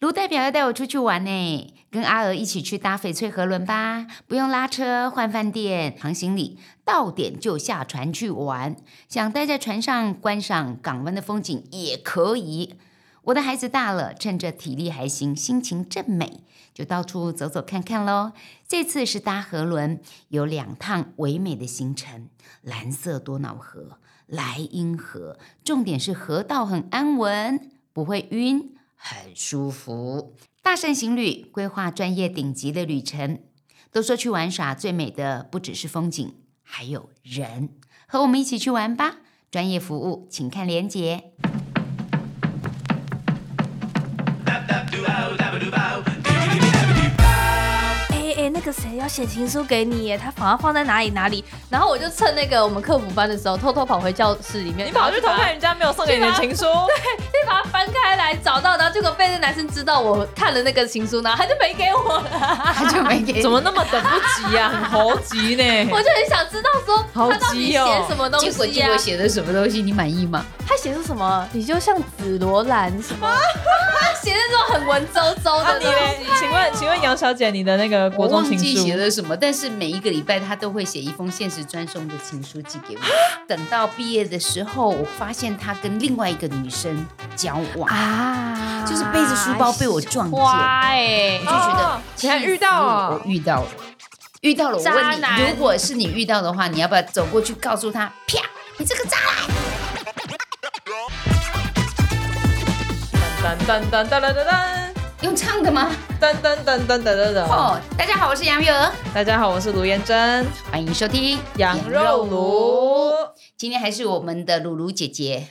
卢代表要带我出去玩呢，跟阿娥一起去搭翡翠河轮吧，不用拉车、换饭店、扛行李，到点就下船去玩。想待在船上观赏港湾的风景也可以。我的孩子大了，趁着体力还行，心情正美，就到处走走看看喽。这次是搭河轮，有两趟唯美的行程：蓝色多瑙河、莱茵河。重点是河道很安稳，不会晕，很舒服。大圣行旅规划专业顶级的旅程。都说去玩耍最美的不只是风景，还有人。和我们一起去玩吧！专业服务，请看连结。 哎哎，那个谁要写情书给你耶，他好像放在哪里哪里。然后我就趁那个我们客服班的时候，偷偷跑回教室里面，你跑去偷看人家没有送给你的情书，先把它翻开来找到，然后结果被那男生知道我看了那个情书，然后他就没给我了。他就没给你怎么那么等不及啊？很猴急呢。我就很想知道说好他到底急写哦什么东结果西结呀、果写的什么东西？你满意吗？他写出什么？你就像紫罗兰什么？他写那种很文绉绉啊，的你东嘞西。？请问，请问杨小姐，你的那个我国中忘情记书写了什么，但是每一个礼拜他都会写一封限时专送的情书寄给我。等到毕业的时候，我发现他跟另外一个女生交往，啊就是背着书包被我撞见，花哎、我就觉得哦你还遇到哦我遇到了，遇到了。我问渣男你，如果是你遇到的话，你要不要走过去告诉他，啪，你这个渣男？噔噔噔噔噔噔噔用唱的吗？噔噔噔噔噔噔。哦，大家好，我是杨玉娥，大家好，我是卢彦珍，欢迎收听羊肉炉。嗯今天还是我们的鲁鲁姐姐，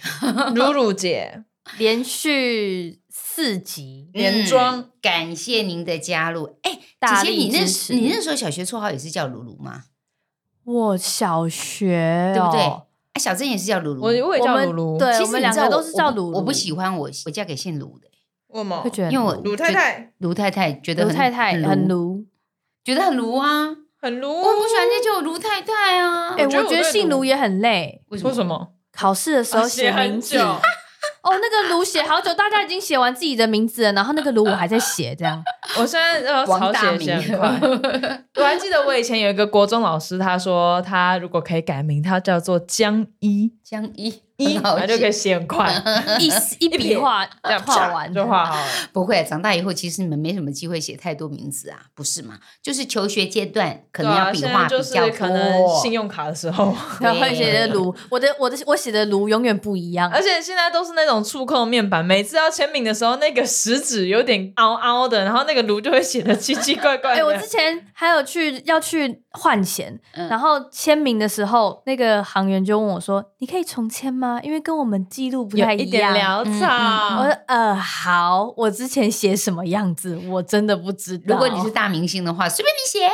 露露姐，连续四集，连庄嗯感谢您的加入。哎，大姐姐，你力那支持你那时候小学绰号也是叫鲁鲁吗？我小学、哦对不对？啊，小珍也是叫鲁鲁。我我也我叫们露露，对其实我们你两知道个都是叫鲁鲁我不我不喜欢我我嫁给姓鲁的，为什么会觉得因为我鲁太太卢太太觉得卢很太太很，卢，觉得很卢啊。很卢，我不喜欢人家叫我卢太太啊。哎、我觉得我觉我得对姓卢卢也很累。为什为么？什么？考试的时候啊写名字，很久哦，那个卢写好久，大家已经写完自己的名字了，然后那个卢我还在写，这样 我现在要王抄大写明写很快。 我还记得我以前有一个国中老师，他说他如果可以改名，他叫做江一江一一， 很好他就可以记写很 快，一一笔撇画这样画完就画好了。不会，长大以后其实你们没什么机会写太多名字啊，不是吗？就是求学阶段可能对啊要笔现在画比就是较可能多信用卡的时候， 然后对写的卢，我的我的我写的卢永远不一 样而。且现在都是那种触控面板，每次要签名的时候，那个食指有点凹凹的，然后那个炉就会写的奇奇怪怪哎、的。我之前还有去要去换钱，嗯然后签名的时候，那个行员就问我说：“你可以重签吗？因为跟我们记录不有太一一点样。潦我嗯草，说：“呃，好，我之前写什么样子，我真的不知道。如果你是大明星的话，随便你写。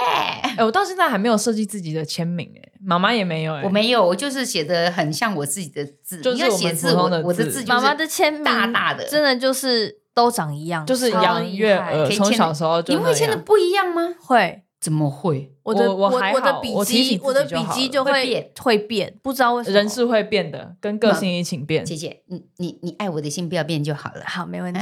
哎，我到现在还没有设计自己的签名，哎，妈妈也没有，哎，我没有，我就是写的很像我自己的字。就是你看写字，我我们普我通的字的字就是妈妈的签名，大大的真的就是都长一样，就是超杨厉月害娥可以从签小时候就你那会签的样。不一样吗？ 会。怎么会？我的我我我还的好笔我提记起我的自己就笔好记了就会会变会变，不知道为什么人是会变的，跟个性也请嗯变。姐姐，你你你爱我的心不要变就好了。好没问题。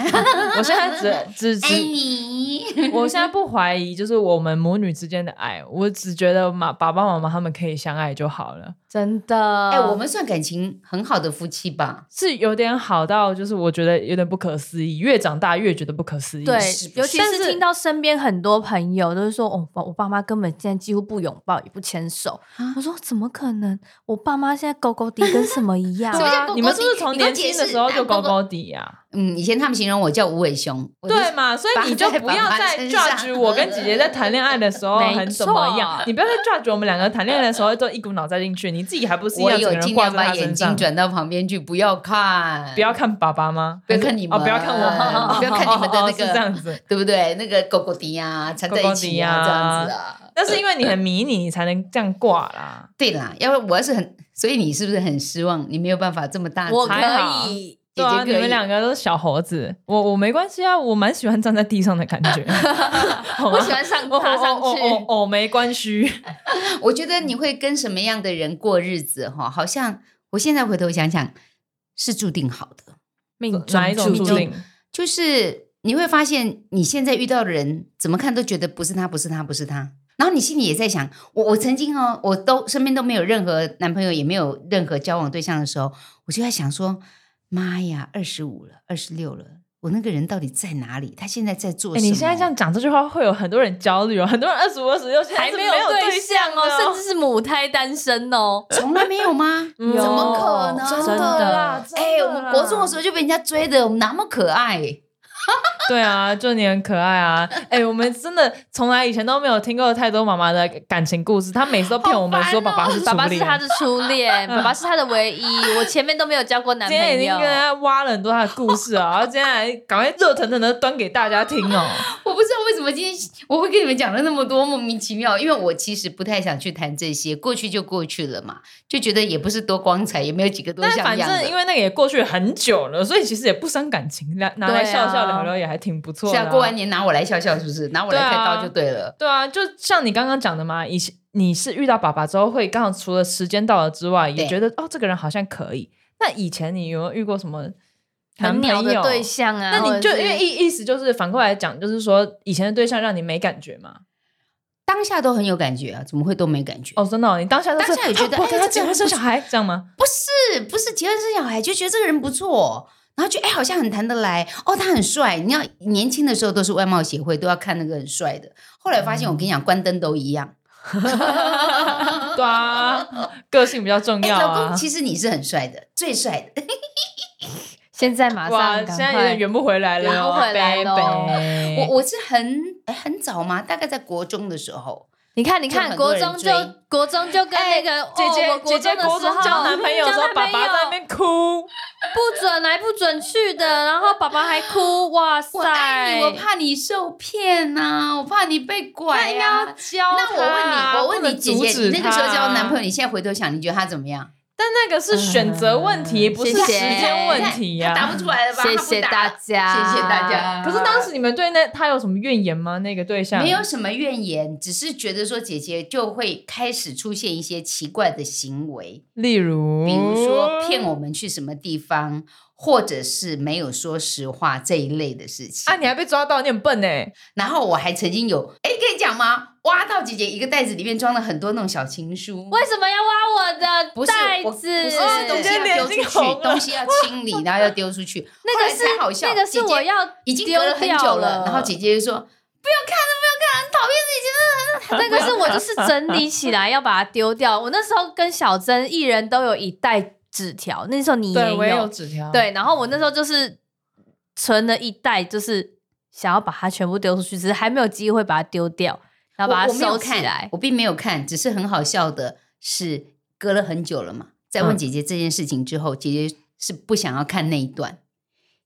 我现在只只爱只，你。我现在不怀疑，就是我们母女之间的爱，我只觉得妈爸爸妈妈他们可以相爱就好了。真的，哎、我们算感情很好的夫妻吧？是有点好到，就是我觉得有点不可思议，越长大越觉得不可思议。对是，不尤其但是是听到身边很多朋友都是说，哦，我我爸妈根本现在几乎不拥抱，也不牵手。啊我说怎么可能？我爸妈现在勾勾底跟什么 一样？什么叫啊勾勾，你们是不是底从你给我年解轻的释时候就啊勾勾勾勾底呀、嗯，以前他们形容我叫无尾熊，我就对嘛？所以你就不要绑在再身上 judge 我跟姐姐在谈恋爱的时候没很怎么样错，你不要再 judge 我们两个谈恋爱的时候都一股脑栽进去，你自己还不是一我样整有个人尽挂量在把他眼身睛上？转到旁边去，不要看，不要看爸爸吗？不要看你们哦，不要看我，嗯 不要看你们的那哦是个这 样子。对不对？那个狗狗迪啊，缠在一起啊，狗狗迪啊这样子啊。但是因为你很迷你，你才能这样挂啦。对啦，要不然我要是很，所以你是不是很失望？你没有办法这么大只，我可还好以，姐对啊，姐你可以 们两个都是小猴子，我我没关系啊，我蛮喜欢站在地上的 感觉，我我喜欢上爬上哦哦去。哦，没 关系，我觉得你会跟什么样的人过日子哈？好像我现在回头想想，是注定好的，命哪一种注定注定？就是你会发现你现在遇到的人，怎么看都觉得不是他，不是他，不是他。然后你心里也在想，我我曾经哦，我都身边都没有任何男朋友，也没有任何交往对象的时候，我就在想说，妈呀，二十五了，二十六了，我那个人到底在哪里？他现在在做哎、什么？你现在这样讲这句话，会有很多人焦虑哦。很多人二十五、二十六现在还是没有对象哦，甚至至是母胎单身哦。从来没有 吗？嗯怎么可能？真的啦，真哎、的我们国中的时候，候就被人家追的，我们那么可爱、对啊，就你很可爱啊。哎、我们真的从来以前都没有听过太多妈妈的感情故事，她每次都骗我们哦说爸爸是初爸爸是恋他的初 恋，爸爸是他的唯一。我前面都没有交过男今天已朋经友跟。他挖了很多他的故事啊，然后今天还赶快热腾腾的端给大家听哦。我不知道为什么今天我会跟你们讲了那么多莫名其妙，因为我其实不太想去谈这些，过去就过去了嘛，就觉得也不是多光彩，也没有几个多但像反样的。正因为那个也过去很久了，所以其实也不伤感情，拿拿来对啊笑笑聊聊也还挺不错是的、啊，过完年拿我来笑笑，是不是？拿我来开刀就对了。对啊，就像你刚刚讲的嘛，以前你是遇到爸爸之后，会刚好除了时间到了之外，也对觉得哦，这个人好像可以。那以前你有没有遇过什么很男朋鸟的友对？象啊，那或你者就是因为意意思就是反过来讲，就是说以前的对象让你没感觉嘛？当下都很有感觉啊，怎么会都没感觉？哦，真的哦、你当下都是当下也觉得啊我哎跟他这结个人婚生不小孩这样吗？不是，不是结婚生小孩就觉得这个人不错，然后就哎好像很谈得来哦，他很帅。你要年轻的时候都是外貌协会，都要看那个很帅的。后来发现，我跟你嗯讲，关灯都一样。对啊，个性比较重哎、要老啊公，。其实你是很帅的，最帅的。现在马哇，上赶现在有点快，圆不回来了圆哦，不回来贝咯贝我我是很哎很早嘛，大概在国中的时候，你看你看，就很国多人中就追国中就跟那个哦哎姐我姐国姐姐的时候国中交男朋友的时候，交男爸朋爸在友那边哭，不准来不准去的，然后爸爸还哭， 哇塞！我爱你，我怕你受骗呐、我怕你被那拐应该呀、要啊。教那我问你，我问你姐姐，你那个时候交男朋友，友，你现在回头想，你觉得他怎么样？但那个是选择问题，不是谢时谢间问题他答呀。不出来了吧？他谢不谢答大，家，谢谢大家。可是当时你们对那他有什么怨言吗？那个对象没有什么怨言，只是觉得说姐姐就会开始出现一些奇怪的行为，例如，比如嗯说骗我们去什么地方，或者是没有说实话这一类的事情啊，。你还被抓到，你很笨哎。然后我还曾经有，哎，跟你讲吗？挖到姐姐一个袋子里面装了很多那种小情书。为什么要挖我的不是袋我不子？是哦是东西姐姐脸要丢已经出去红了，东西要清理，然后要丢出去。 那后个来是才好笑，那个是姐姐我要已经隔了很久丢掉了，了然后 姐姐就说不要看了，不要看了，很讨厌自己真的。那个是我就是整理起来要把它丢掉。我那时候跟小珍一人都有一袋纸条，那时候你对，我也也有纸条。，对，然后我那时候就是存了一袋，就是想要把它全部丢出去，只是还没有机会把它丢掉，然后把它我我没有收起看来，。我并没有看，只是很好笑的是，隔了很久了嘛，在嗯问姐姐这件事情之后，姐姐是不想要看那一段，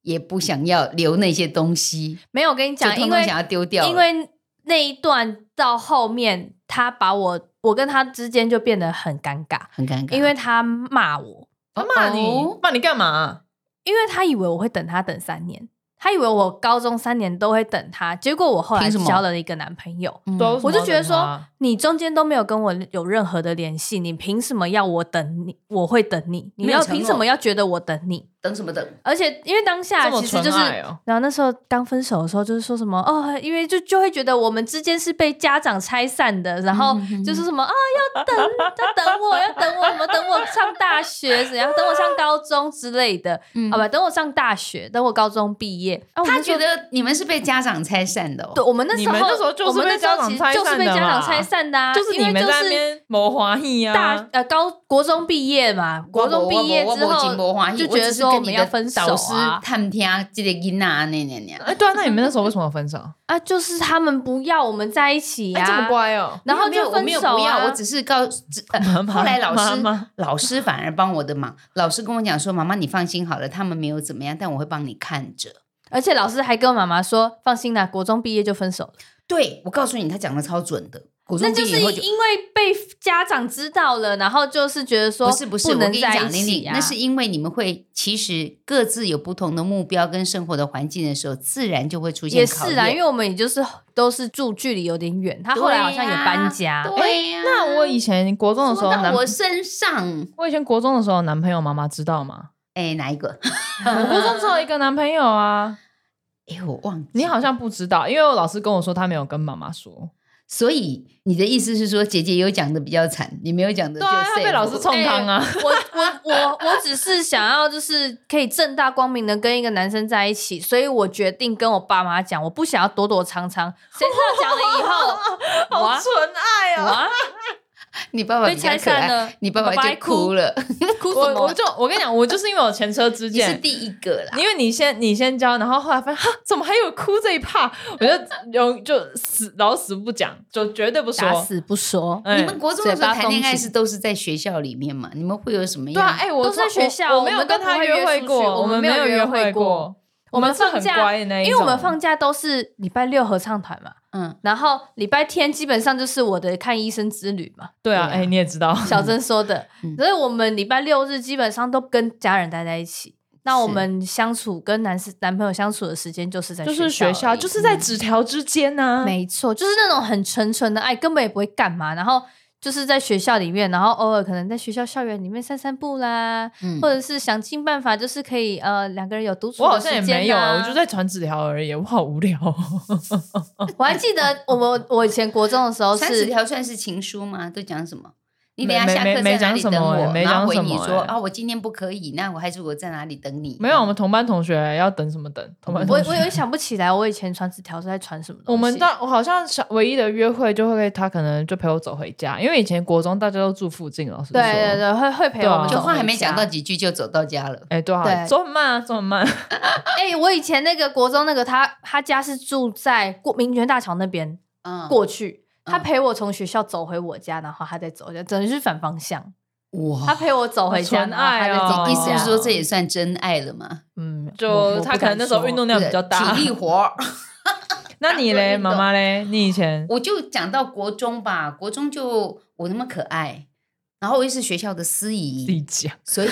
也不想要留那些东西，没有我跟你就讲，通因通为想要丢掉了，因为那一段到后面，他把我我跟他之间就变得很尴尬，很尴尬，因为他骂我，他骂你哦，骂你干嘛？因为他以为我会等他等三年，他以为我高中三年都会等他，结果我后来凭什么交了一个男朋友。嗯都我就觉得什么说啊，你中间都没有跟我有任何的联系，你凭什么要我等你？我会等你，你没有要承诺凭什么要觉得我等你？等什么等？而且因为当下这么其实纯就是，爱哦。然后那时候刚分手的时候，就是说什么哦，因为就就会觉得我们之间是被家长拆散的，然后就是什么啊、要等要等我要等我什么等我上大学，怎样等我上高中之类的，嗯好吧，等我上大学，等我高中毕业，啊、我他们就觉得你们是被家长拆散的哦。对，我们那时候，你们那时候就是我们被那时候家长其实拆就是散被的家啦长拆散的、啊，就是因你为们就在那是边谋华裔啊，大呃高国中毕业嘛，国中毕业之后，就觉得说我们要分手啊导师探听啊这个囡仔那那那，哎，对啊，那你们那时候为什么分 手？啊，就是他们不要我们在一起啊哎，这么呀、嗯乖哦，然后没有就分没有手不啊。要，我只是告 诉只呃妈妈后来老妈师妈老师反而帮我的忙，老师跟我讲说：“妈妈，你放心好了，他们没有怎么样，但我会帮你看着。而且老师还跟我妈妈说，放心啦，国中毕业就分手了。对”我告诉你，他讲的超准的。国那中就毕业是以后就因为被家长知道了，然后就是觉得说不是不是，我能跟你在一讲，玲起玲，啊。那是因为你们会其实各自有不同的目标跟生活的环境的时候，自然就会出现也考是验。啦，因为我们也就是都是住距离有点远，他后来好像也搬家。哎对啊呀、啊那我以前国中的时候说男到，我身上，我以前国中的时候男朋友妈妈知道吗？嗯哎，哪一个？ 我国中只有一个男朋友啊，哎，我忘记你好像不知道，因为我老师跟我说他没有跟妈妈说，所以你的意思是说，姐姐有讲的比较惨，你没有讲的就对啊，他 safe 被老师冲康啊。我我我我只是想要就是可以正大光明的跟一个男生在一起，所以我决定跟我爸妈讲，我不想要躲躲藏藏。谁知道讲了以后，哇纯爱！哇你爸爸被比较拆可散爱，了，你爸爸爸还就哭了，哭什我么我？就我跟你讲，我就是因为我前车之你是鉴，第一个啦。因为你先你先教，然后后来发现哈，怎么还有哭这一趴，我就有就死老死不讲，就绝对不说。打死不说。哎你们国中的时候嘴巴谈恋爱封紧是都是在学校里面嘛？你们会有什么对啊样？，哎，我都在学校我我没我有们都跟他不会约约会出去过，我们没没有约会会过，我们是放很假，乖的那一因为我们种放假都是礼拜六合唱团嘛，嗯，然后礼拜天基本上就是我的看医生之旅 嘛，对啊，对啊哎，你也知道，小珍说的嗯，所以我们礼拜六日基本上都跟家人待在一起。那我们相处跟男士男朋友相处的时间就是在就是学校而校，已，嗯就是在纸条之间啊呢。没错，就是那种很纯纯的爱，根本也不会干嘛。然后就是在学校里面，然后偶尔可能在学校校园里面散散步啦，嗯或者是想尽办法，就是可以呃两个人有独处、我好像也没有，啊啊我就。在传纸条而已，我好 无聊。我还记得我们我以前国中的时 候三十是条算是情书吗？都讲什么？你没等一下下没课没在哪讲里什等么我哎？没然后讲回什你么说哎啊，我今天不可以，那我还是我在哪里等你？没有，我们同班同学要等什么等？同班我同我学，也想不起来，我以前传纸条是在传什么东西。我们到我好像小唯一的约会就会他可能就陪我走回家，因为以前国中大家都住附近，老师对对对。对，会会陪我们走对啊就回家。话还没讲到几句就走到家了。哎，对啊，对走很慢啊，走很慢。 哎、我以前那个国中那个他，他家是住在过民权大桥那边嗯，过去，他嗯陪我从学校走回我家，然后他再走回家，等于是反方向。他哇，陪我走回家，纯然后他爱再哦走你回哦意家。思是说这也算真爱了吗？嗯，就他可能那时候运动量比较大 体。力活儿。那你做嘞，运动妈妈嘞，你以前我就讲到国中吧，国中就我那么可爱，然后我又是学校的司自己仪，讲，所 以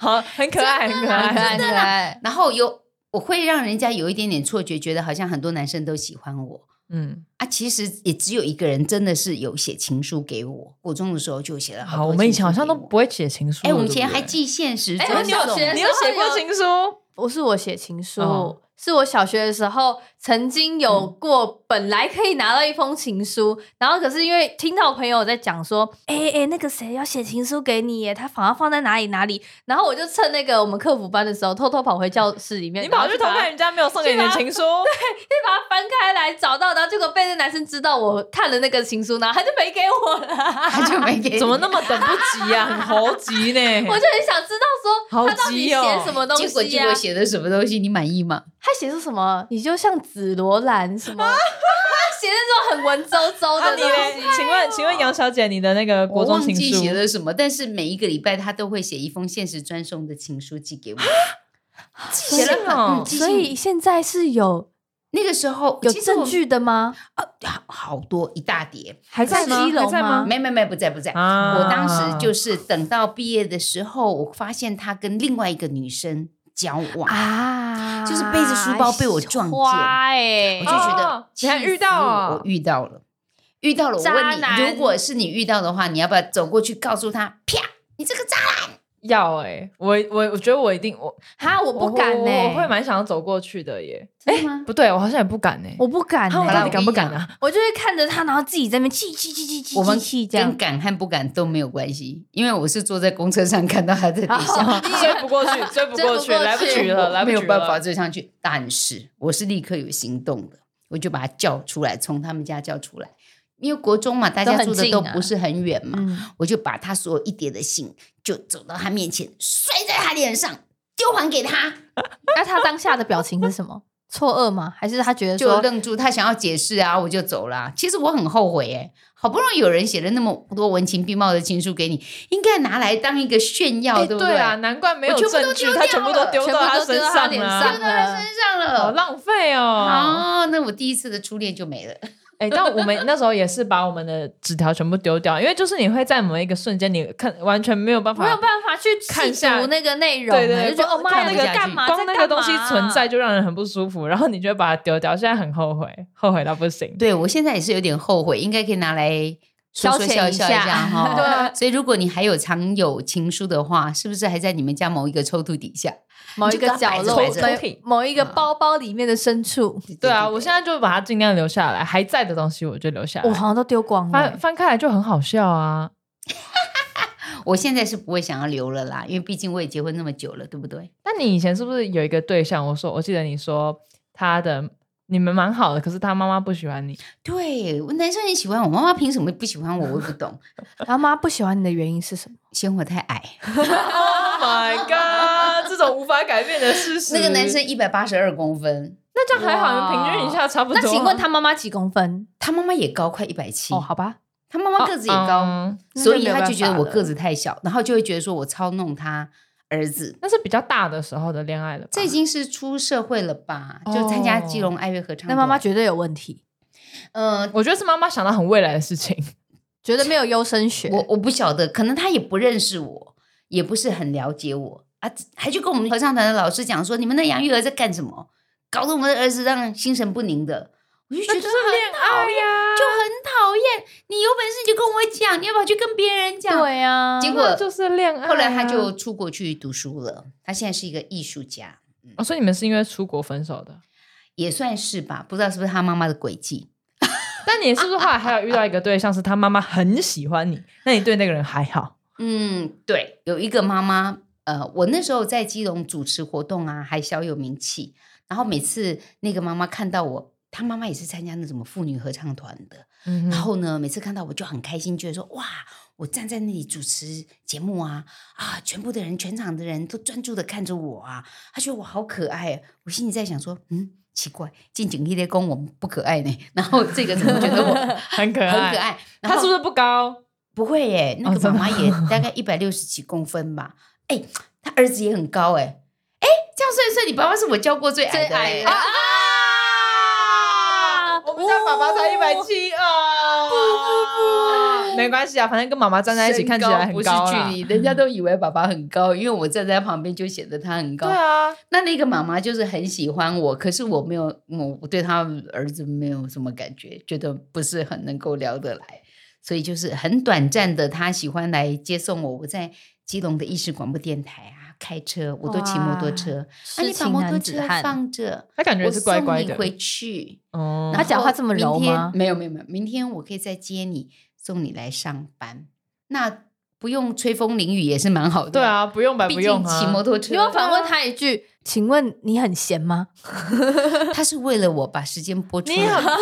好，很可爱，啊很可很啊可爱，爱。很可爱。然后有我会让人家有一点点错觉，觉得好像很多男生都喜欢我嗯，啊，其实也只有一个人真的是有写情书给我。国中的时候就写了好好，多我们以前好情像书给都不会写情书的。哎，我们以对不前还对，寄现实哎专你有送写你有写过情书？不是我写情书，哦嗯是我小学的时候曾经有过，本来可以拿到一封情书，然后可是因为听到朋友在讲说，哎、哎、那个谁要写情书给你耶，他反而放在哪里哪里，然后我就趁那个我们客服班的时候，偷偷跑回教室里面，你然后跑去就把偷它看人家没有送给你的啊去吧情书？就把它翻开来找到，然后结果被那男生知道我看了那个情书，然后他就没给我了。 他就 没给你。怎么那么等不及啊？很猴急呢！ 我就很想知道好说他到底急哦写什么东结果西结啊呀、果写的什么东西？你满意吗？他写出什么？你就像紫罗兰什么？他写那种很文绉绉啊，的你东嘞西。？请问，请问杨小姐，你的那个我国中忘情记书写了什么，但是每一个礼拜他都会写一封限时专送的情书寄给我。寄写了真的哦嗯寄信所以现在是有那个时候有其实我呃证据的吗？好好多一大叠，还在在吗基还隆在吗没没没，不在不在。啊我当时就是等到毕业的时候，我发现他跟另外一个女生交往，啊，就是背着书包被我撞见花哎、我就觉哦得你还气死遇到我哦我遇到了，遇到了。我问渣男你，如果是你遇到的话，你要不要走过去告诉他，啪，你这个渣男？要哎、我我我觉得我一定我哈，我不敢欸呢、我我哦会蛮想要走过去的耶。真的吗？不对，我好像也不敢呢、我不敢、啊我好到啦底欸。敢不敢啊？我就会看着他，然后自己在那边气气气气气我们气气这样跟。敢和不敢都没有关系，因为我是坐在公车上看到他在底 下，追 不过去，追不过去，哦啊追不过去来不及了，来我不没及有了。办法追上去。但是我是立刻有行动的，我就把他叫出来，从他们家叫出来，因为国中嘛，大都家很住的近都啊不是很远嘛，嗯，我就把他所有一叠的信就走到他面前，摔在他脸上，丢还给他，那他当下的表情是什么？错愕吗？还是他觉得就说愣住。他想要解释啊，我就走啦。其实我很后悔哎、好不容易有人写了那么多文情并茂的情书给你，应该拿来当一个炫耀，哎对不对啊，难怪没有我全部都证据，丢掉他全部都了丢全到部他都身丢到他上啊脸了，上丢到他身上好了。浪费哦。哦，那我第一次的初恋就没了。哎、但我们那时候也是把我们的纸条全部丢掉，因为就是你会在某一个瞬间，你看完全没有办法，没有办法去看细下读那个内容，对对，就觉得哦妈光呀，那这个干嘛？光这那个干东嘛西存在，就让人很不舒服，然后你就会把它丢掉，现在很后悔，后悔到不行。对我现在也是有点后悔，应该可以拿来说说消遣笑一笑下下哈。对啊所以如果你还有藏有情书的话，是不是还在你们家某一个抽屉底下？某一个角落，你就给它摆着摆着某某一个包包里面的深处，对啊，我现在就把它尽量留下来，还在的东西我就留下嗯我来。好像都丢光翻了。翻开来就很好笑啊！我现在是不会想要留了啦，因为毕竟我也结婚那么久了，对不对？那你以前是不是有一个对象？我说，我记得你说他的你们蛮好的，可是他妈妈不喜欢你。对，我男生很喜欢我，妈妈凭什么不喜欢我？我也不懂，然后妈不喜欢你的原因是什么？嫌我太矮。 Oh my god！这种无法改变的事实。那个男生，一百八十二公分，那这样还好，你们哇平均一下差不多。那请问他妈妈几公分？他妈妈也高，快一百七啊哦，，好吧，他妈妈个子也高，嗯那所就以没有他办就觉得法我了个子太小，然后就会觉得说我操弄他儿子。那是比较大的时候的恋爱了吧？这已经是出社会了吧？就参加基隆爱乐合唱哦那团。妈妈绝对有问题，呃，我觉得是妈妈想到很未来的事情。绝对没有优生学。我我不晓得，可能他也不认识我，也不是很了解我啊，还去跟我们合唱团的老师讲说，你们那养育儿在干什么？搞得我们的儿子让心神不宁的，我就觉得很讨厌，呀就很讨厌。你有本事你就跟我讲，你要不要去跟别人讲？对呀，结果那就是恋爱啊。后来他就出国去读书了，他现在是一个艺术家，哦，所以你们是因为出国分手啊的？也算是吧，不知道是不是他妈妈的诡计。但你是不是后来还有遇到一个对象，是他妈妈很喜欢你？那你对那个人还好？嗯，对，有一个妈妈，呃，我那时候在基隆主持活动啊，还小有名气。然后每次那个妈妈看到我，她妈妈也是参加那什么妇女合唱团的。嗯然后呢，每次看到我就很开心，觉得说哇，我站在那里主持节目啊啊，全部的人，全场的人都专注的看着我啊，她觉得我好可爱、啊。我心里在想说，嗯，奇怪，近景一列宫我们不可爱呢，然后这个怎么觉得我很很可爱，可。爱？然他后是不是不高？不会耶，那哦个真的妈妈也大 概一百六十几公分吧。哎、他儿子也很高哎。哎，这样算一算，你爸爸是我教过最矮的哎。最矮的啊啊！我们家爸爸才一百七啊！不不不，没关系啊，反正跟妈妈站在一起看起来很身高啊高啊啦不是距离，人家都以为爸爸很高，因为我站在旁边就显得他很高。对啊，那那个妈妈就是很喜欢我，可是我没有，我我对他儿子没有什么感觉，觉得不是很能够聊得来，所以就是很短暂的，他喜欢来接送我。我在基隆的意式广播电台啊，开车我都骑摩托车，啊，痴你把情摩托男子车汉，放着，他感我觉是送乖乖你的。回去。哦他然讲话后这么明柔天吗没有没有没有，明天我可以再接你，送你来上班。那不用吹风淋雨也是蛮好的，对，啊，不用吧，毕不竟用骑摩啊。托车。你要反问他一句：“请问你很闲吗他是为了我把时间拨出来。你很 不懂，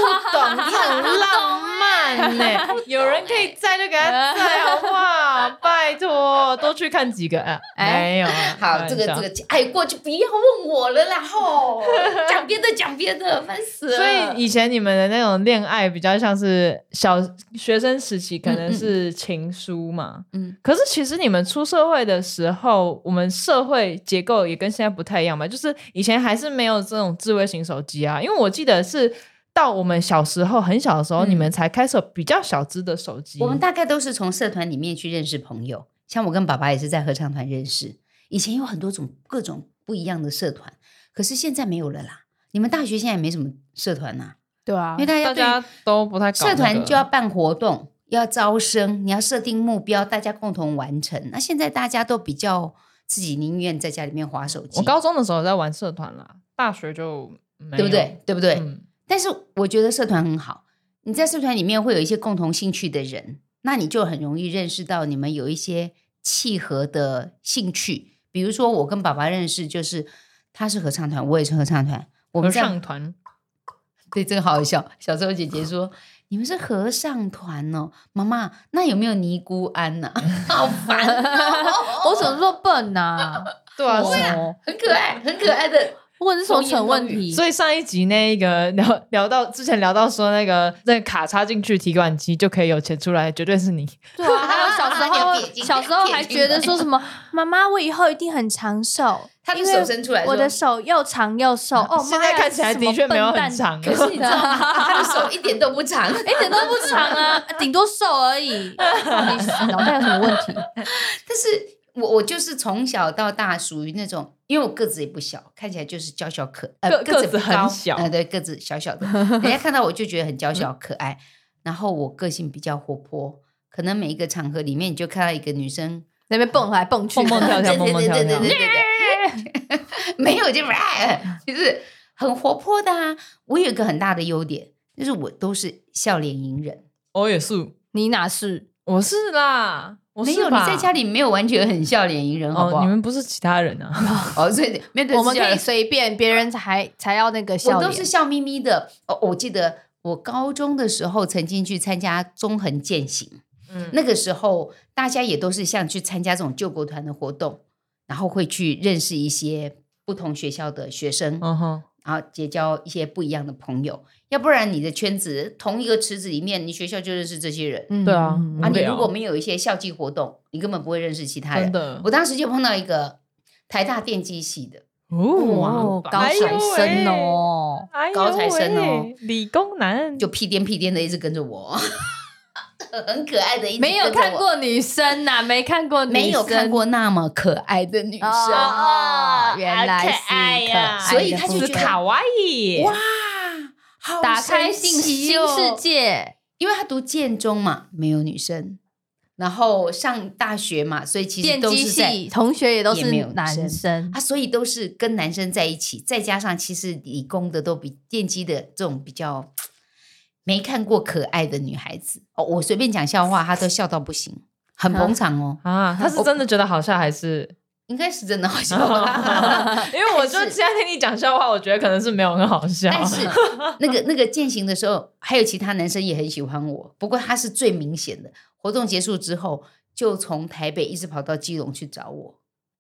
你很浪漫呢、有人可以在就给他在，好不好？拜托，多去看几个。啊、哎没有啊，开 好，玩这个笑这个，哎，过去不要问我了啦，吼，讲别的讲别的，烦死了。所以以前你们的那种恋爱比较像是小学生时期，可能是情书嘛。嗯嗯可是其实你们出社会的时候，我们社会结构也跟现在不太一样嘛。就是以前还是没有这种智慧型手机啊，因为我记得是到我们小时候很小的时候，嗯你们才开始有比较小只的手机。我们大概都是从社团里面去认识朋友，像我跟爸爸也是在合唱团认识。以前有很多种各种不一样的社团，可是现在没有了啦。你们大学现在也没什么社团呐、？”对啊因为，大家大对家都不太搞那社个团就要办活动，要招生，你要设定目标，大家共同完成。那现在大家都比较自己宁愿在家里面划手机，我高中的时候有在玩社团啦，大学就没有对不对？？对不对？嗯但是我觉得社团很好，你在社团里面会有一些共同兴趣的人，那你就很容易认识到你们有一些契合的兴趣。比如说，我跟爸爸认识，就是他是合唱团，我也是合唱团。我合们在唱团对这个好笑。小时候姐姐说：“你们是合唱团哦，妈妈，那有没有尼姑庵 呐、好烦哦、 我怎么这么笨呐？对 啊，我是很可爱，很可爱的。问这种蠢问童言童题，所以上一集那一个聊聊到之前聊到说那个那个卡插进去提款机就可以有钱出来，绝对是 你。对啊，还有小时你有候撇清小时候还觉得说什么妈妈，我以后一定很长寿”，他的因为手伸出来说，我的手又长又瘦。哦，现妈在呀看起来的确没有很长什么笨蛋可是你知道吗？啊他的手一点都不 长。一点都不长啊， 顶多瘦而已。到底是脑袋有什么 问题？但是我我就是从小到大属于那种，因为我个子也不小，看起来就是娇小可呃个子不个子很高小嗯呃对个子小小的，人家看到我就觉得很娇小可爱。然后我个性比较活泼，可能每一个场合里面，你就看到一个女生那边蹦来蹦去，蹦蹦跳跳蹦蹦跳对对跳对对对对 对没有就就是很活泼的啊。我有一个很大的优点，就是我都是笑脸迎人。我也是，你哪是？我是啦，哦我是没有你吧在家里没有完全很笑脸迎人，好不哦，好你？们不是其他人啊？哦，所以面对我们自己可以的随便，别人才才要那个笑我都脸。是笑眯眯的。哦，我记得我高中的时候曾经去参加中横践行，嗯，那个时候大家也都是像去参加这种救国团的活动，然后会去认识一些不同学校的学生， 嗯哼，然后结交一些不一样的朋友。要不然你的圈子同一个池子里面，你学校就认识这些人。嗯对啊嗯啊，无你聊如果没有一些校际活动，你根本不会认识其他真人。的我当时就碰到一个台大电机系的，哦，高材生，哦，哎啊呦喂高材生哦，哎呦喂理工男就屁颠屁颠的一直跟着我，很可爱的一直没有跟着我看过女生呐，没看过女生，没有看过那么可爱的女生，哦，原来是好可爱呀可爱的所以他就部觉分是分得卡哇伊哇，好打神开新奇新世哦，界，因为他读建中嘛，没有女生，然后上大学嘛，所以其实电都机是在系同学也都也是没有男生， 啊，所以都是跟男生在一起，再加上其实理工的都比电机的这种比较没看过可爱的女孩子哦，我随便讲笑话，她都笑到不行，很捧场哦，啊，他是真的觉得好笑还是？应该是真的好笑吧。 因为我就现在听你讲笑话，我觉得可能是没有很好笑。但是 那个那个践行的时候，还有其他男生也很喜欢我，不过他是最明显的。活动结束之后，就从台北一直跑到基隆去找我。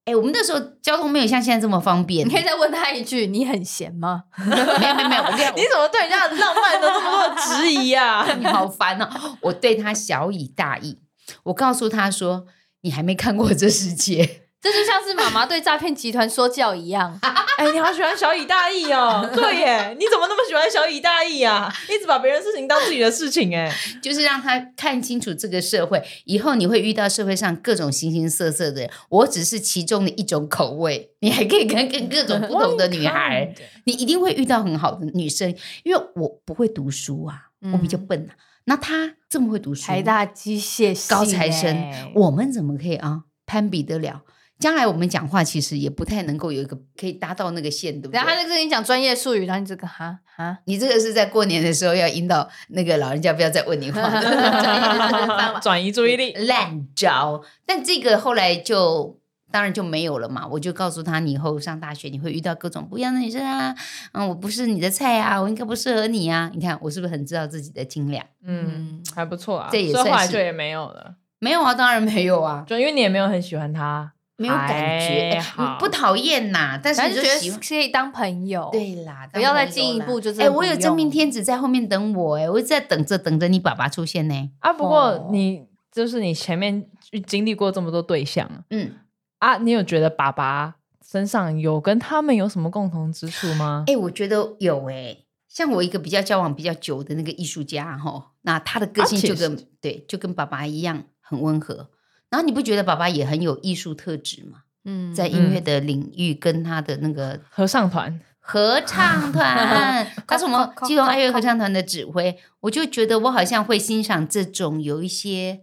哎，我们那时候交通没有像现在这么方便，你可以再问他一句：“你很闲吗 没有没有没有，我跟你讲， 你怎么对人家的浪漫都这么多的质疑啊？你好烦哦！我对他小以大义，我告诉他说：“你还没看过这世界。？” 这就像是妈妈对诈骗集团说教一样。 哎，你好喜欢小以大义 哦，对耶，你怎么那么喜欢小以大义啊？一直把别人事情当自己的事情，哎，”就是让他看清楚这个社会，以后你会遇到社会上各种形形色色的人，我只是其中的一种口味。你还可以跟跟各种不同的女孩，你一定会遇到很好的女生。因为我不会读书啊，我比较嗯笨啊。那他这么会读书，台大机械系高材欸生，我们怎么可以啊攀比得了？将来我们讲话其实也不太能够有一个可以达到那个线，对不对？然后他就跟你讲专业术语，然后你这个哈哈，你这个是在过年的时候要引导那个老人家不要再问你话， 嗯 转移注意力，烂招。但这个后来就当然就没有了嘛。我就告诉他，你以后上大学你会遇到各种不一样的女生啊，嗯，我不是你的菜啊，我应该不适合你啊。你看我是不是很知道自己的斤两？嗯，还不错啊，这也所以后算来是就也没有了，没有啊，当然没有啊，就因为你也没有很喜欢他，没有感觉，还哎好你不讨厌呐，但然是后你就就觉喜得欢。可以当朋友。对啦，不要当再朋友进一啦步就真哎、的我不有真命用天子在后面等我、哎，我一直在等着等着你爸爸出现呢、啊，不过哦你就是你前面经历过这么多对象啊嗯，啊，你有觉得爸爸身上有跟他们有什么共同之处吗？哎、我觉得有哎、像我一个比较交往比较久的那个艺术家哈，那他的个性就跟、对，就跟爸爸一样很温和。然后你不觉得爸爸也很有艺术特质吗？嗯，在音乐的领域跟他的那个合唱团，合唱团，他是我们靠基隆爱乐合唱团的指挥，我就觉得我好像会欣赏这种有一些、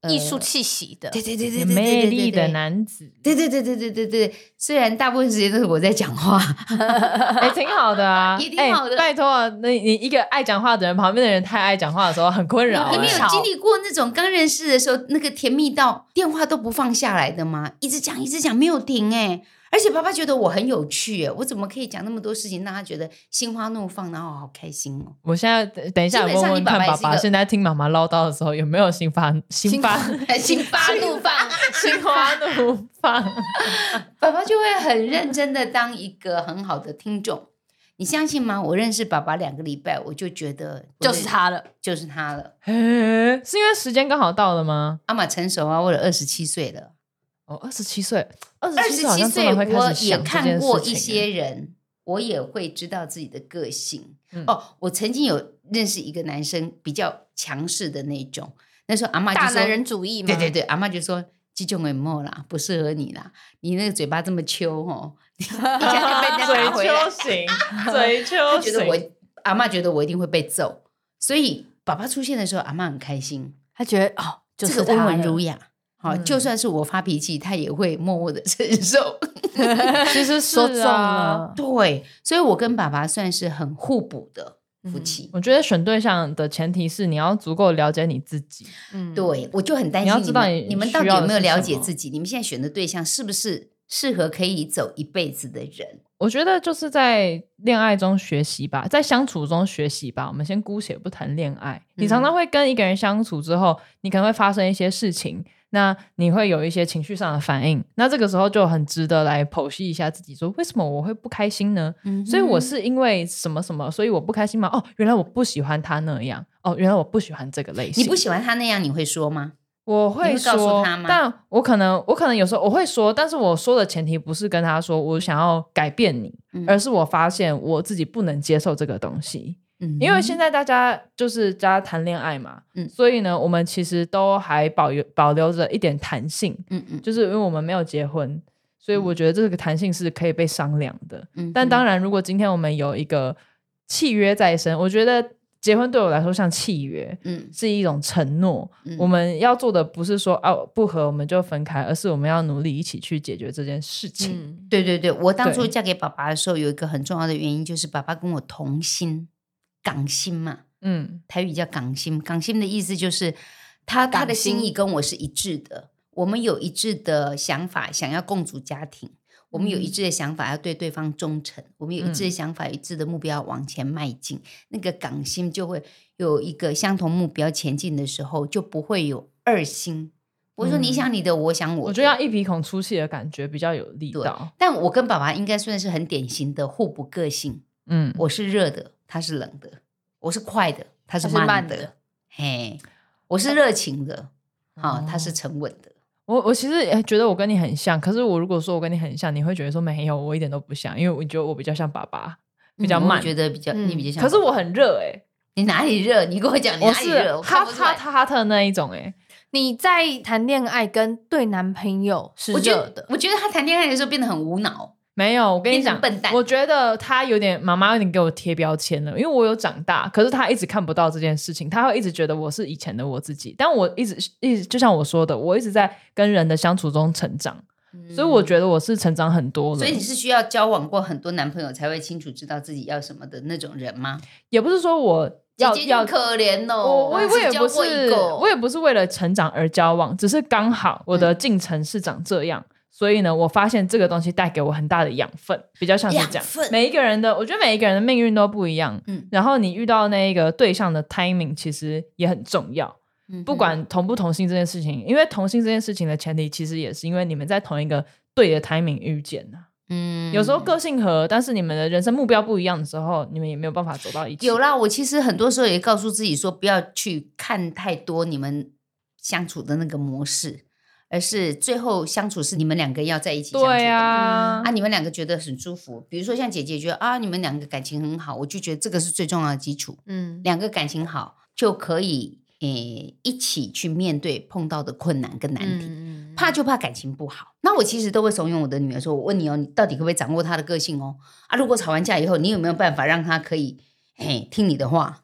呃 艺术，气息的，对对对对有对对对魅对力的对 男子，对对对对对对对，虽然大部分时间都是我在讲话，哎，挺好 的啊，也挺哎好的拜托啊，那你一个爱讲话的人，旁边的人太爱讲话的时候，很困扰你哎。们有吵经历过那种刚认识的时候，那个甜蜜到电话都不放下来的吗？一直讲，一直讲，没有停哎、而且爸爸觉得我很有趣哎、我怎么可以讲那么多事情让他觉得心花怒放，然后好开心哦？我现在等一下基本上问你问看爸爸爸也是一爸，个现在听妈妈唠叨的时候有没有心发心发心花怒放，心 花怒放？ 爸爸就会很认真的当一个很好的听众。你相信吗？我认识爸爸两个礼拜，我就觉得就是，他了。就是他了。嘿是因为时间刚好到了吗？阿玛成熟啊，我也二十七岁了，哦，二十七岁，二二十十好七像真岁的会我开始也想这看件过事一情欸些人，我也会知道自己的个性。嗯哦，我曾经有认识一个男生，比较强势的那种。那时候阿妈就大说男人主义嘛，对对对，阿妈就说。这种人莫啦，不适合你啦！你那个嘴巴这么秋哦， 你一下就被人家嘴打回来。丘型， 嘴丘他觉得我型，阿妈觉得我一定会被揍，所以爸爸出现的时候，阿妈很开心。他觉得哦，就这是个温他文了儒雅。好，嗯就算是我发脾气，他也会默默的 承受。其实是说中啊。了，对，所以我跟爸爸算是很互补的夫妻。我觉得选对象的前提是你要足够了解你自己，嗯，对，我就很担你要心你知道们你你们需到底要有的没有是了什解么自己，你们现在选的对象是不是适合可以走一辈子的人？我觉得就是在恋爱中学习吧，在相处中学习吧。我们先姑且不谈恋爱，你常常嗯会跟一个人相处之后，你可能会发生一些事情，那你会有一些情绪上的反应，那这个时候就很值得来剖析一下自己，说为什么我会不开心呢？嗯所以我是因为什么什么，所以我不开心吗？哦，原来我不喜欢他那样，哦，原来我不喜欢这个类型。你不喜欢他那样，你会说吗？我你会会告说，诉他吗但我可能我可能有时候我会说，但是我说的前提不是跟他说我想要改变你，嗯而是我发现我自己不能接受这个东西。嗯因为现在大家就是大家谈恋爱嘛，嗯所以呢，我们其实都还保有保留着一点弹性，嗯嗯就是因为我们没有结婚，所以我觉得这个弹性是可以被商量的。嗯，但当然然，如果今天我们有一个契约在身，我觉得结婚对我来说像契约，嗯是一种承诺。嗯我们要做的不是说啊不合我们就分开，而是我们要努力一起去解决这件事情。嗯，对对对，我当初对嫁给爸爸的时候，有一个很重要的原因就是爸爸跟我同心，港心嘛，嗯台语叫港心，港心的意思就是他他的港心心意跟我是一致的，我们有一致的想法，想要共组家庭。我们有一嗯致的想法，要对对方忠诚；我们有一致的想法，有一致的目标往前迈进。那个港心就会有一个相同目标前进的时候，就不会有二心。我说你嗯想你的，我想我的。我觉得要一鼻孔出气的感觉比较有力对道。但我跟爸爸应该算是很典型的互补个性，嗯，我是热的，他是冷的；我是快的，他是他是慢慢的。的嘿，我是热情的，啊、他哦是沉稳的。我我其实 也觉得我跟你很像，可是我如果说我跟你很像，你会觉得说没有，我一点都不像，因为我觉得我比较像爸爸，比较嗯我慢。觉得比较、你嗯比较像可爸爸。是我很热哎、你哪里热？你跟我讲你我哪里是热？我看哈不出哈来。哈哈特那一种哎、你在谈恋爱跟对男朋友是我觉热得的，，我觉得他谈恋爱的时候变得很无脑。没有，我跟你变成讲，笨蛋我觉得他有点妈妈有点给我贴标签了，因为我有长大，可是他一直看不到这件事情，他会一直觉得我是以前的我自己。但我一直一直就像我说的，我一直在跟人的相处中成长，所以我觉得我是成长很多嗯了。所以你是需要交往过很多男朋友才会清楚知道自己要什么的那种人吗？也不是说我姐要姐要你可怜哦，我我也我只也交不过一是个，我也不是为了成长而交往，只是刚好我的嗯进程是长这样。所以呢，我发现这个东西带给我很大的养分，比较像是这养样分。每一个人的，我觉得每一个人的命运都不一样。嗯然后你遇到那一个对象的 timing 其实也很重要，嗯不管同不同性这件事情，因为同性这件事情的前提其实也是因为你们在同一个对的 timing 遇见呐、嗯有时候个性合，但是你们的人生目标不一样的时候，你们也没有办法走到一起。有啦，我其实很多时候也告诉自己说，不要去看太多你们相处的那个模式，而是最后相处是你们两个要在一起相处的对啊，啊，你们两个觉得很舒服。比如说像姐姐觉得啊，你们两个感情很好，我就觉得这个是最重要的基础。嗯，两个感情好就可以诶、一起去面对碰到的困难跟难题。嗯怕就怕感情不好。那我其实都会怂恿我的女儿说：“我问你哦，你到底可不可以掌握她的个性哦？啊，如果吵完架以后，你有没有办法让她可以嘿听你的话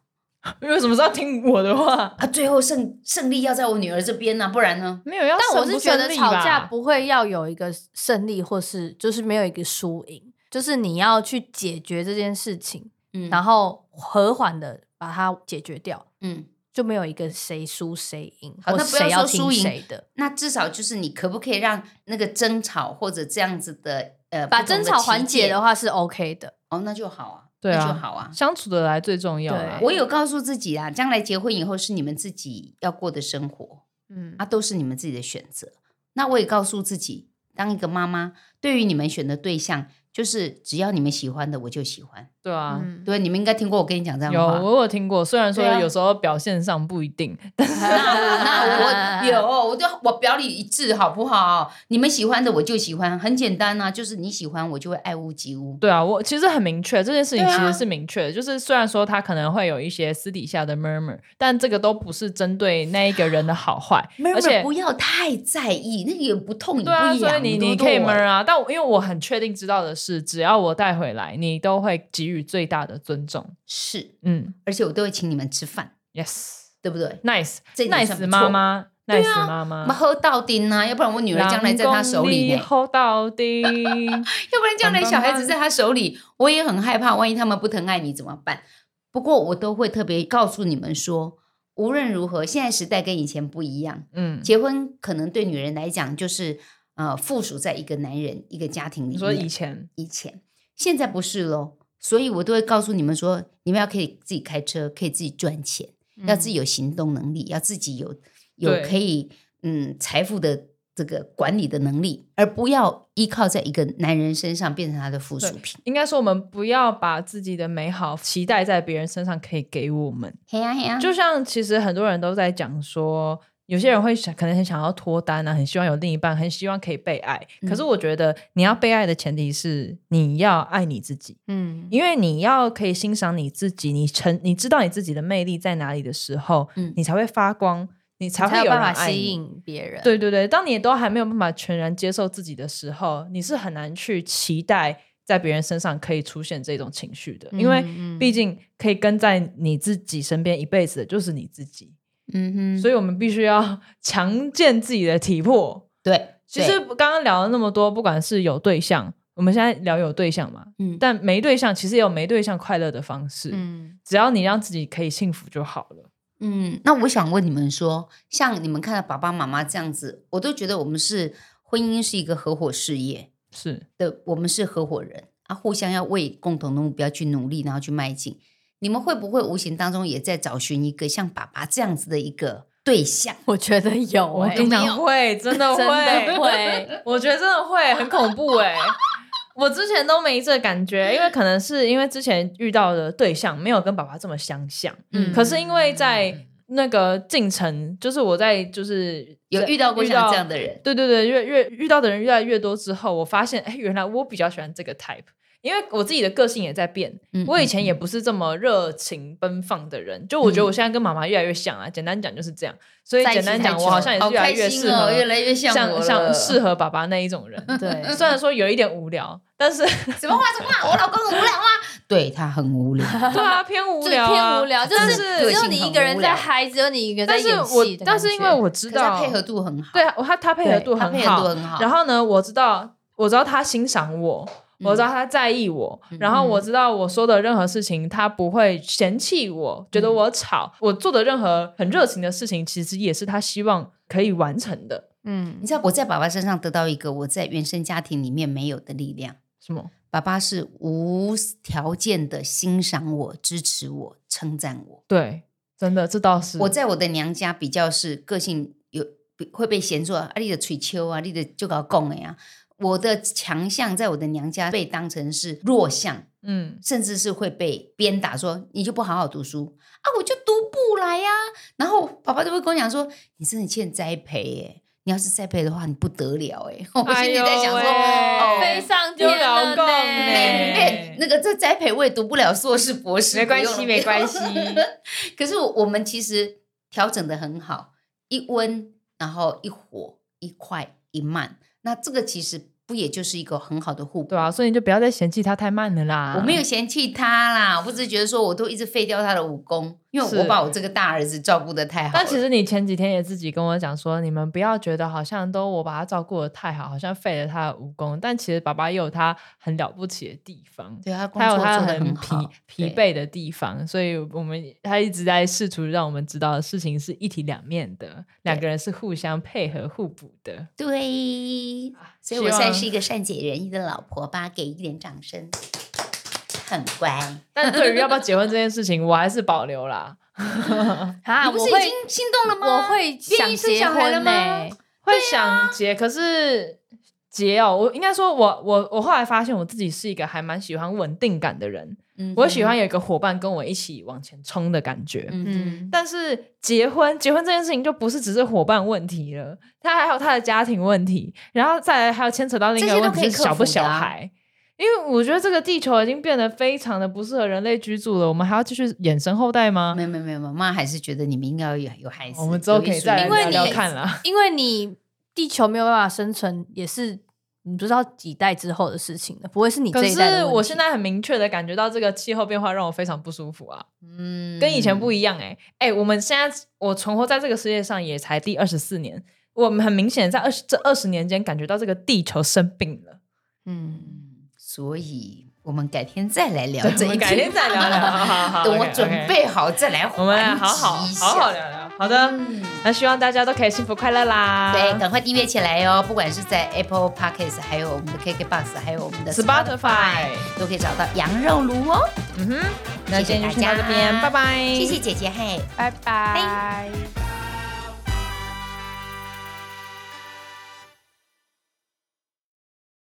为什么是要听我的话？啊？最后胜胜利要在我女儿这边呢、不然呢？ 没有要但我胜是不觉胜得利吵吧架不会要有一个胜利，或是就是没有一个输赢，就是你要去解决这件事情，嗯，然后和缓的把它解决掉，嗯，就就没有一个谁输谁赢，好或那不要谁说要输听赢谁的，那至少就是你可不可以让那个争吵或者这样子的呃把不同争的吵起缓解点的话是 OK 的。哦，那就好啊，对那啊，就好啊。相处得来最重要啊啦对。我有告诉自己啊，将来结婚以后是你们自己要过的生活，嗯啊，都是你们自己的选择。那我也告诉自己，当一个妈妈，对于你们选的对象，就是只要你们喜欢的，我就喜欢。对啊，嗯， 对，你们应该听过我跟你讲这样的有话。我有听过，虽然说对啊有时候表现上不一定，但是那 那我 有，我就我表里一致，好不好？你们喜欢的我就喜欢，很简单啊，就是你喜欢我就会爱屋及乌。对啊，我其实很明确，这件事情对其啊实是明确的，就是虽然说他可能会有一些私底下的 murmur，但这个都不是针对那一个人的好坏， 而且不要太在意，那个也不痛也不对啊，痒，所以你对不你可对以 m 啊，但我因为我很确定知道的是，只要我带回来，你都会给予最大的尊重。是，嗯而且我都会请你们吃饭， ，yes，nice，nice 对不对？这一点算不错啊妈妈奈死妈妈我们。喝到丁啊，要不然我女儿将来在她手里呢，后 到底要不然将来小孩子在她手里，我也很害怕，万一他们不疼爱你怎么办？不过我都会特别告诉你们说，无论如何，现在时代跟以前不一样，嗯，结婚可能对女人来讲就是呃附属在一个男人一个家庭里你面。说以前以前，现在不是喽。所以我都会告诉你们说，你们要可以自己开车，可以自己赚钱，要自己有行动能力，要自己有有嗯对可以嗯财富的这个管理的能力，而不要依靠在一个男人身上变成他的附属对品。应该说我们不要把自己的美好期待在别人身上可以给我们。嘿呀嘿呀，就像其实很多人都在讲说，有些人会想，可能很想要脱单啊，很希望有另一半，很希望可以被爱。可是嗯我觉得你要被爱的前提是你要爱你自己，嗯，因为你要可以欣赏你自己，你成你知道你自己的魅力在哪里的时候，嗯你才会发光，你才会才有人办法爱吸你。引别人。对对对，当你都还没有办法全然接受自己的时候，你是很难去期待在别人身上可以出现这种情绪的，因为嗯嗯毕竟可以跟在你自己身边一辈子的就是你自己，嗯哼，所以我们必须要强健自己的体魄。对，其实刚刚聊了那么多，不管是有对象，我们现在聊有对象嘛，嗯但没对象其实也有没对象快乐的方式，嗯，只要你让自己可以幸福就好了。嗯，那我想问你们说，像你们看到爸爸妈妈这样子，我都觉得我们是婚姻是一个合伙事业，是，的，我们是合伙人啊，互相要为共同的目标去努力，然后去迈进。你们会不会无形当中也在找寻一个像爸爸这样子的一个对象？ 我觉得有我欸跟你讲会，真 的真的会，我觉得真的会很恐怖哎、我之前都没这感觉，因为可能是因为之前遇到的对象没有跟爸爸这么相像，嗯可是因为在那个进程，就是我在就是有遇到过像这样的人，对对对，越越遇到的人越来越多之后，我发现哎，原来我比较喜欢这个 type，因为我自己的个性也在变。嗯嗯我以前也不是这么热情奔放的人，就我觉得我现在跟妈妈越来越像啊。简单讲就是这样，所以在一简起单太讲，久我好了像也是好越来开越心适合，哦越来越像我像了适合爸爸那一种人。对， 虽然说有一点无聊，但是什么话什么话，我老公很无聊啊，对他很无 聊。对啊，偏无就聊、啊，偏无聊，就但是只是个有性你很一个人无在聊嗨，只有你一个人在但是演我戏的感但觉。是因为我知可是他道配合度很好，对啊我他他配合对度他很配合好度，很好。然后后呢，我知道，我知道他欣赏我，嗯我知道他在意我，然后我知道我说的任何事情，他不会嫌弃我，觉嗯得我吵。我做的任何很热情的事情，其实也是他希望可以完成的。嗯你，知道我在爸爸身上得到一个我在原生家庭里面没有的力量。什么？爸爸是无条件的欣赏我、支持我、称赞我。对，真的，这倒是我在我的娘家比较是个性有比会被嫌说啊，你的吹秋啊，你的就搞讲的呀、我的强项在我的娘家被当成是弱项，嗯，甚至是会被鞭打说你就不好好读书啊，我就读不来呀、然后爸爸就会跟我讲说，你真的欠栽培耶、你要是栽培的话，你不得了哎、 我哎心里呦在想说，喂哦，飞上丢天老了公妹呢呢。妹，哎那个这栽培我也读不了硕士博士，没关不系，用没关。系不。用 可是我们其实调整的很好，一温，然后一火，一快，一慢。那这个其实不也就是一个很好的互补？对啊，所以你就不要再嫌弃他太慢了啦。我没有嫌弃他啦，我只是觉得说我都一直废掉他的武功，因为我是把我这个大儿子照顾的太好了。但其实你前几天也自己跟我讲说，你们不要觉得好像都我把他照顾的太好，好像废了他的武功。但其实爸爸也有他很了不起的地方，对他啊工他有作他做的很很疲好，疲对。惫的地方。所以我们他一直在试图让我们知道的事情是一体两面的，两个人是互相配合互补的。 对，所以希我算望是一个善解人意的老婆吧，给一点掌声，很乖。但对于要不要结婚这件事情，我还是保留啦。 啊，你不是我已经会心动了吗？我会愿想意生结小孩了婚吗呢。会啊想结，可是结哦，我应该说我我我后来发现我自己是一个还蛮喜欢稳定感的人，嗯我喜欢有一个伙伴跟我一起往前冲的感觉。嗯哼，嗯，但是结婚，结婚这件事情就不是只是伙伴问题了，他还有他的家庭问题，然后再来还有牵扯到另这一个些都问可以题是小克不服的小啊孩。因为我觉得这个地球已经变得非常的不适合人类居住了，我们还要继续衍生后代吗？嗯没有没有没有，妈妈还是觉得你们应该要有有孩子，我们之后可以再来因为聊你聊看啦。因为你地球没有办法生存，也是你不知道几代之后的事情了，不会是你这可一代是的问我题现在很明确的感觉到这个气候变化让我非常不舒服啊，嗯，跟以前不一样哎、欸、哎、我们现在我存活在这个世界上也才第二十四年，我们很明显地在二十这二十年间感觉到这个地球生病了。嗯，嗯，所以我们改天再来聊 对这我一们题，改天再 聊聊好好好等我 OK，OK 准备好再来我们还好好击一好下。好聊聊。好的，嗯那希望大家都可以幸福快乐啦。对，赶快订阅起来哦！不管是在 Apple Podcast，还有我们的 KKBox，还有我们的 Spotify 都可以找到羊肉炉哦。嗯哼，那今天就先到这边，拜拜，谢谢姐姐，嘿。拜拜。